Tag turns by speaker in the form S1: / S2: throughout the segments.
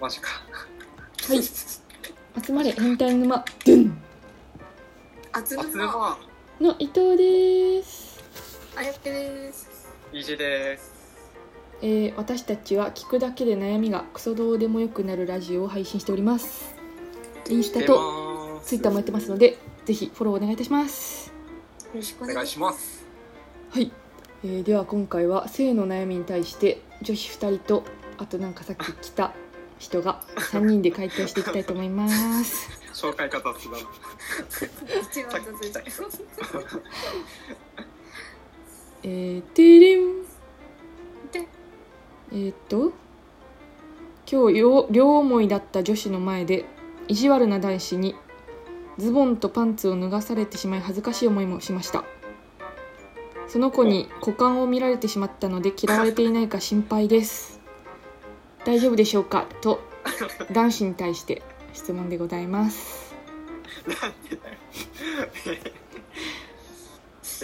S1: マジか。
S2: はい集まれ変態沼ドゥン
S3: あつ
S1: あ
S3: ぶ
S1: つ
S3: つ
S1: る
S3: の
S1: ま、
S2: の伊藤です
S3: あやっぺです。
S1: イージーです。
S2: えー私たちは聞くだけで悩みがクソどうでもよくなるラジオを配信しておりますインスタ
S1: 出
S2: と
S1: まーす。
S2: ツイッターもやってますのでぜひフォローお願いいたします
S3: よろしくお
S1: お
S3: 願
S1: 願
S3: い
S1: い
S3: し
S1: し
S3: ま
S1: ます。
S2: はい、えーでは今回は性の悩みに対して女子2人とあとなんかさっき来た人が3人で回答していきたいと思います
S1: 紹介方すだな。
S3: す。一番続いて。
S2: えー、てれん
S3: で
S2: えーっと今日よ両思いだった女子の前で意地悪な男子にズボンとパンツを脱がされてしまい恥ずかしい思いもしましたその子に股間を見られてしまったので嫌われていないか心配です大丈夫でしょうかと男子に対して質問でございます
S1: なんでだよ。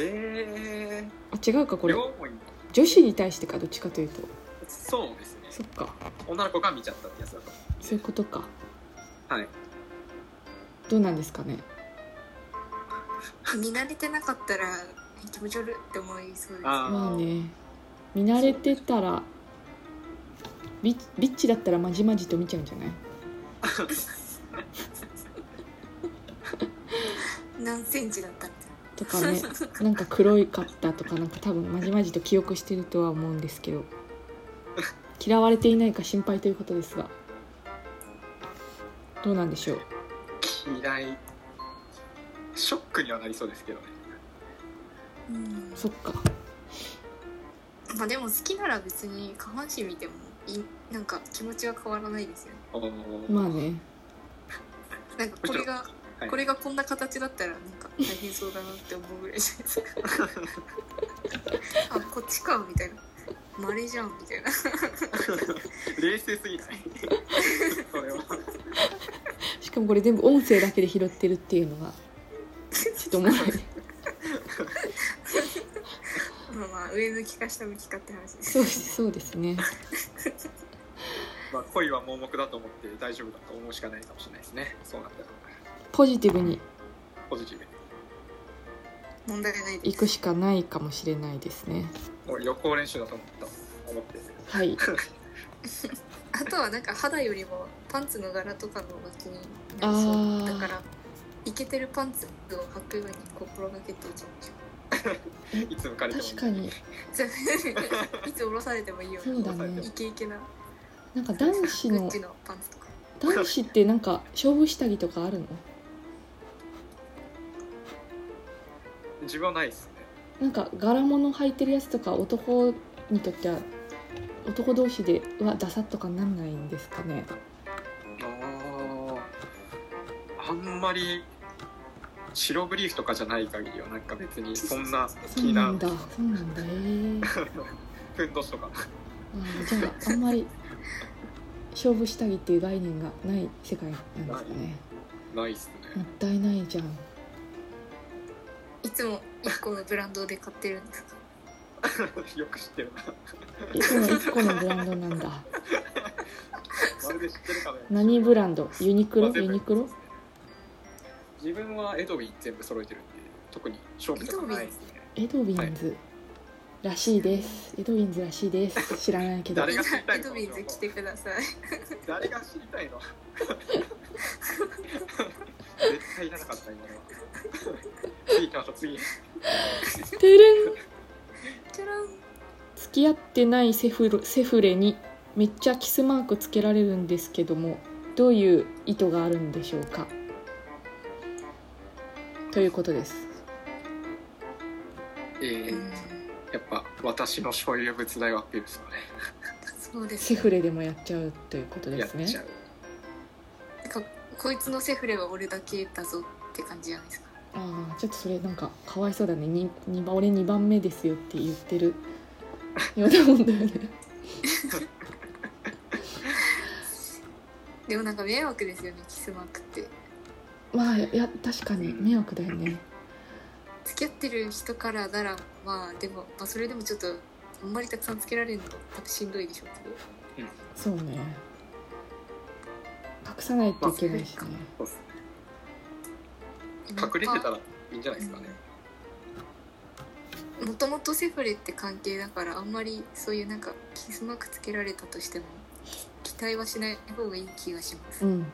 S1: えー、
S2: あ違うかこれ
S1: 両思い。
S2: 女子に対してかどっちかというと
S1: そうですね。
S2: そっか
S1: 女の子が見ちゃったってやつだと。
S2: そういうことか
S1: はい
S2: どうなんですかね
S3: 見慣れてなかったら気持ち悪いって思いそうです。
S1: あー
S2: まあね見慣れてたらビッビッチだったらまじまじと見ちゃうんじゃない
S3: 何センチだったみ
S2: とかねなんか黒かったとかなんか多分まじまじと記憶してるとは思うんですけど嫌われていないか心配ということですがどうなんでしょう
S1: 嫌い。ショックにはなりそうですけどね。
S3: たいな。 うん。
S2: そっか
S3: まあでも好きなら別に下半身見てもいいなんか気持ちは変わらないですよね。
S1: おー
S2: まあね
S3: なんかこれが、
S1: はい
S3: これがこんな形だったらなんか大変そうだなって思うぐらいじゃないですか。あこっちかみたいな。まれじゃんみたいな。
S1: 冷静すぎない。 それは。
S2: しかもこれ全部音声だけで拾ってるっていうのがちょっとおもろい
S3: まあまあ上向きか下向きかって話です。
S2: そうそうですね
S1: まあ、恋は盲目だと思って大丈夫だと思うしかないかもしれないですね。そうなったら。
S2: ポジティブに
S1: ポジティブに。
S3: 問題ないで
S2: 行
S3: す。
S2: くしかないかもしれないですね
S1: もう予行練習だと思った。思って。
S2: はい
S3: あとはなんか肌よりもパンツの柄とかの方が気になり
S2: あ
S3: そ
S2: ー
S3: うだからイケてるパンツを履くように心がけていきましょ
S1: いつ浮かれてもいい
S2: 確かに
S3: う いつ下ろされてもいいよう
S2: そうだね
S3: にイケイケな
S2: なんか男子
S3: グッ
S2: の
S3: チのパンツとか
S2: 男子ってなんか勝負下着とかあるの
S1: 自分はないですね。
S2: なんか柄物履いてるやつとか男にとっては男同士ではダサっとかなんないんですかね
S1: あーあんまり白ブリーフとかじゃない限りはなんか別にそんな
S2: そ
S1: 気
S2: うな
S1: なん
S2: だそうなんだええー、
S1: ふんどしとか
S2: あーじゃああんまり勝負下着っていう概念がない世界なんですかね
S1: ないっす
S2: もっ
S1: ね。
S2: たいないじゃん
S3: いつも1個のブランドで買ってるんですか
S1: よく知ってるな。
S2: いつも1個のブランドなんだ
S1: まるで知ってるかのように
S2: 何ブランドユニクロ
S1: まあ全
S2: ユ
S1: 部
S2: ニクロ
S1: 自分はエドウィン全部揃えてるんで特に勝負とかないですね。
S2: エドウィンズらしいです、エドウィンズらしいです知らないけど
S1: 誰が知りたい
S3: エ
S1: の
S3: ドビーズ来てください
S1: 誰が知りたいの絶対いらなかった今のは。次行きましょう次。
S2: てれん
S3: チャラン
S2: 付き合ってないセフレセフレにめっちゃキスマークつけられるんですけどもどういう意図があるんでしょうかということです
S1: え
S3: う
S1: ー
S3: ん、
S1: やっぱ私の所有物代をアピールですかね。
S3: そうです
S2: セフレでもやっちゃうということで
S1: やっ
S2: すね
S1: ちゃう。
S3: なんかこいつのセフレは俺だけだぞって感じじゃないですか
S2: ああちょっとそれなんかかわいそうだねににば俺2番目ですよって言って るようなもんだよね
S3: でもなんか迷惑ですよねキスマークって
S2: まあいや確かに迷惑だよね
S3: 付き合ってる人からならまあでも、まあ、それでもちょっとあんまりたくさんつけられるの多分しんどいでしょうけど
S2: そうね隠さないといけないしね、
S1: 隠れてたらいいんじゃないですかね
S3: もともとセフレって関係だからあんまりそういうなんかキスマークつけられたとしても期待はしない方がいい気がします、
S2: うん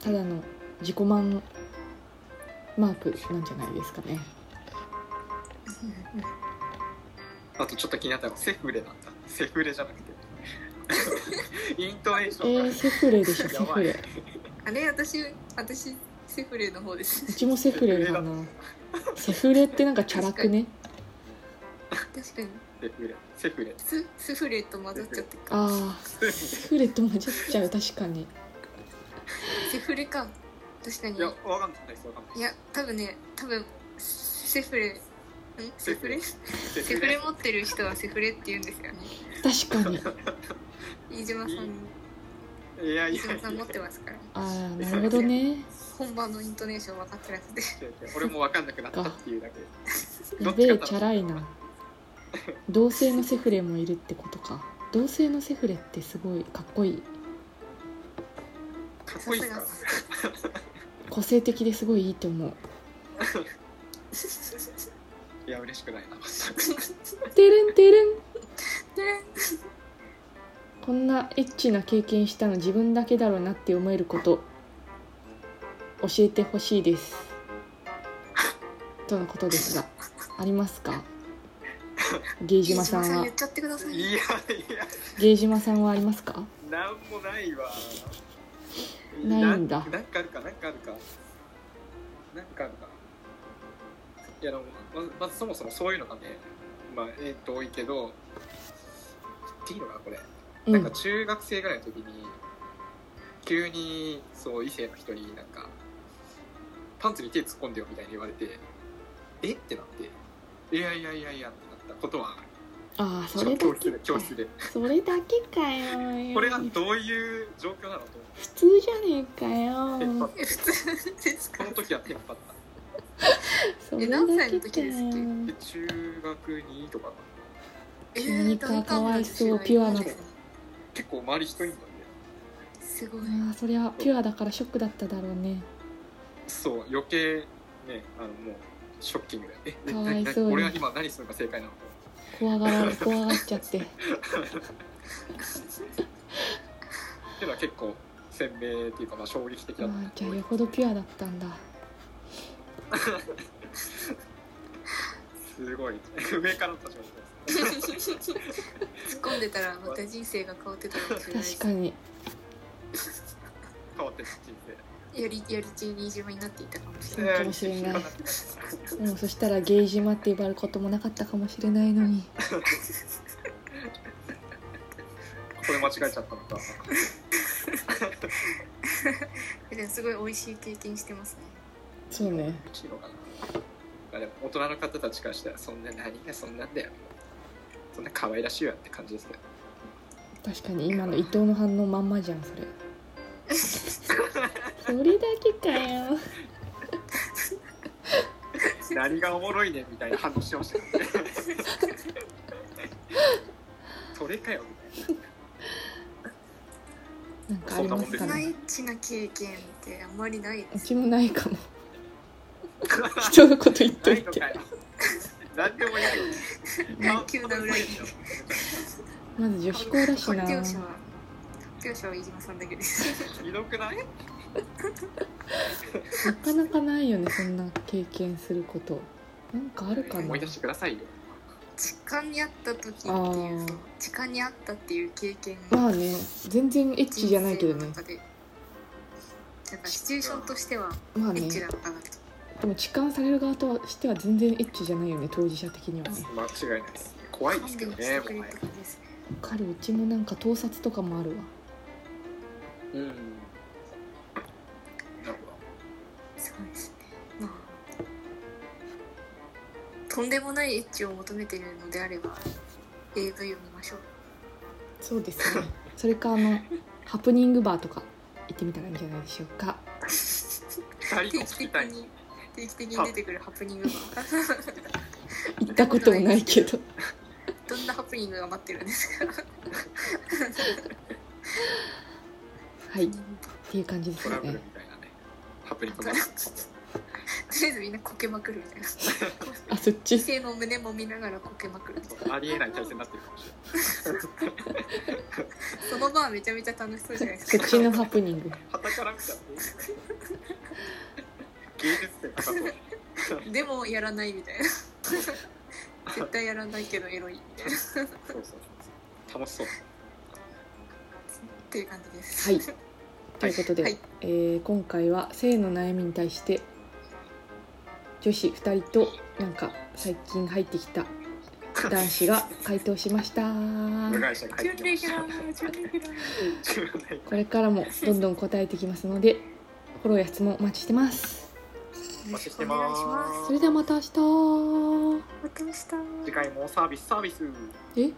S2: ただの自己満マークなんじゃないですかね
S1: あとちょっと気になったのはセフレなんだセフレじゃなく てイントネーシ
S2: え
S1: ョンが、
S2: ー、セフレでしょセ
S1: やば
S2: フ
S1: い
S2: レ
S3: あれ私私セフレの方です
S2: うちもセフレだなセフレってなんかチャラくね
S3: 確かに
S1: セフレセフレ
S3: ススフレと混ざっちゃってるか
S2: ああセフレと混じっちゃう確かに
S3: セフレか確かに
S1: いやわかんないですわかんない
S3: いや多分ね多分セフレんセフレセ
S1: セ
S3: フレ持ってる人はセフレって言うんですよね
S2: 確かに
S3: 飯島さん
S1: いやいやい
S3: 飯
S1: や
S3: 島さん持ってますからね
S2: ああなるほどね
S3: 本場のイントネーション分かってなくて
S1: 違う違う俺もわかんなくなったっていうだけで
S2: やべえチャラいな同性のセフレもいるってことか同性のセフレってすごいかっこいい
S1: かっ
S3: さ
S1: こいいっす
S3: す
S1: か
S3: が
S1: ら
S2: 個性的ですごいいいと思う
S1: いや嬉しくないな
S2: てるんてるん
S3: ね
S2: こんなエッチな経験したの自分だけだろうなって思えること教えてほしいですとのことですがありますか芸
S3: 飯
S2: 島さ
S3: 島
S2: ん
S3: さん
S2: は
S3: 言っちゃってくださ
S1: いや
S3: い
S1: いや
S2: 芸島さんはありますか
S1: なんもないわ
S2: ないんだ
S1: ななんかあるかなんかあるかなんかあるかいやでもまずまずそもそもそういうのがねまあえっ、と多いけど言っていいのかなこれ、
S2: う
S1: なんか
S2: ん
S1: 中学生ぐらいの時に急にそう異性の人になんかパンツに手突っ込んでよみたいに言われてえってなっていやいやいやいやってなったことはある
S2: ああそれだ
S1: 教
S2: け
S1: 室で教
S2: か
S1: 室で
S2: それだけかよ
S1: これがどういう状況なのと思って
S2: 普通じゃねえか
S1: 鉄
S2: よ
S1: 発
S3: え普通です
S1: こ
S3: か
S1: の時はテンパった。
S2: それ
S3: え
S2: だ
S3: 何歳
S2: け
S3: の
S2: か
S3: 時
S2: よ
S3: ですっけ
S1: で中学2とかかな
S3: え
S2: 何かかわいそうピュアな
S1: 結構周り人いるので、
S3: すごい
S2: ああそりゃピュアだからショックだっただろうね
S1: そう、余計ね、あのもうショッキングで、え、
S2: かわいそ
S1: なな
S2: うに
S1: 俺は今何するのが正解なのか。
S2: 怖がられ怖がっちゃって
S1: っていうのは結構鮮明っていうか、まあ、衝撃的だ
S2: あ
S1: っ
S2: あ
S1: た。
S2: じゃあよほどピュアだったんだ
S1: すごい、 上からの立場ですね。
S3: 突っ込んでたらまた人生が変わってたかもしれない
S2: 確かに
S1: 変わってる人
S3: にやりやりちにいじめになっていたかもしれない
S1: 生。
S2: かもしれない
S1: や
S2: でもそしたらゲイ島って呼ばれることもなかったかもしれないのに
S1: これ間違えちゃったのか。
S3: えでもすごい美味しい経験してますね
S2: そうね
S1: うちのかな。まあでも大人の方たちからしたら、そんな何がそんなんだよ。そんな可愛らしいわって感じですけど。
S2: 確かに今の伊藤の反応まんまじゃんそれ それだけかよ
S1: 何がおもろいねんみたいな反応してましたからねそれかよみたい
S2: なんかあります
S1: そ
S2: か
S1: んなもん
S3: ナ
S1: で
S2: ね
S3: イチな経験ってあんまりないで
S2: う
S3: す
S2: ちもないかも
S1: な
S2: 人のこと言っと
S1: ないいの
S2: て
S1: かよ何でもないよ
S3: ない急な裏切り
S2: まず女子校だし
S3: 発
S2: な
S3: 表者は発表者は飯島さんだけです
S1: ひどくない
S2: なかなかないよねそんな経験することなんかあるかな
S1: 思い出してくださいよ
S3: 時間にあった時ってい
S2: あ
S3: う
S2: ー
S3: 時間にあったっていう経験
S2: まあね全然エッチじゃないけど
S3: 人生
S2: ね
S3: の中でなんかシチュエーションとしては
S2: まあ
S3: エ
S2: ね
S3: ッチだったなって
S2: でも痴漢される側としては全然エッチじゃないよね当事者的にはね
S1: 間違いないです怖いですけどねもはや
S2: わかるうちもなんか盗撮とかもあるわ
S1: うんなるほ
S3: すごいですね。まあ、とんでもないエッチを求めているのであれば、AV を見ましょう。
S2: そうですね それかあのハプニングバーとか行ってみたらいいんじゃないでしょうか
S1: ど二人
S3: 定
S1: も聞
S3: 期
S1: き
S3: 的
S1: たい
S3: に、定期的に出てくるハプニングが、
S2: 行ったこともないけど
S3: どんなハプニングが待ってるんですか。
S2: はいっていう感じです
S1: トラ
S2: よ
S1: ブルみ
S2: ね
S1: たいなねハプニングもありつつ
S3: とりあえずみんなこけまくるみたいな
S2: あそっ
S3: 異
S2: ち
S3: 性の胸も見ながらこけまくるみたい
S1: ありえない体勢になってるかもしれない
S3: なそのバーめちゃめちゃ楽しそうじゃないです
S2: そ
S3: か
S2: っちのハプニング
S1: 旗から見たら芸術点高そう
S3: でもやらないみ たいな絶対やらないけどエロいみたいなっ
S1: そうそうそう楽しそう
S3: ていう感じです
S2: はいということで、
S3: はい
S2: えー今回は性の悩みに対して女子2人となんか最近入ってきた男子が回答しました
S1: 部外者が入
S3: 準
S1: って
S3: レ
S1: き
S3: ギュラー準レギュラー
S1: ました
S2: これからもどんどん答えていきますのでフォローや質問お待ちしてます
S1: お待ちして
S3: お願いしま
S1: ます
S2: それではまた明日
S3: すまた明日
S1: 次回もサービスサービス
S2: え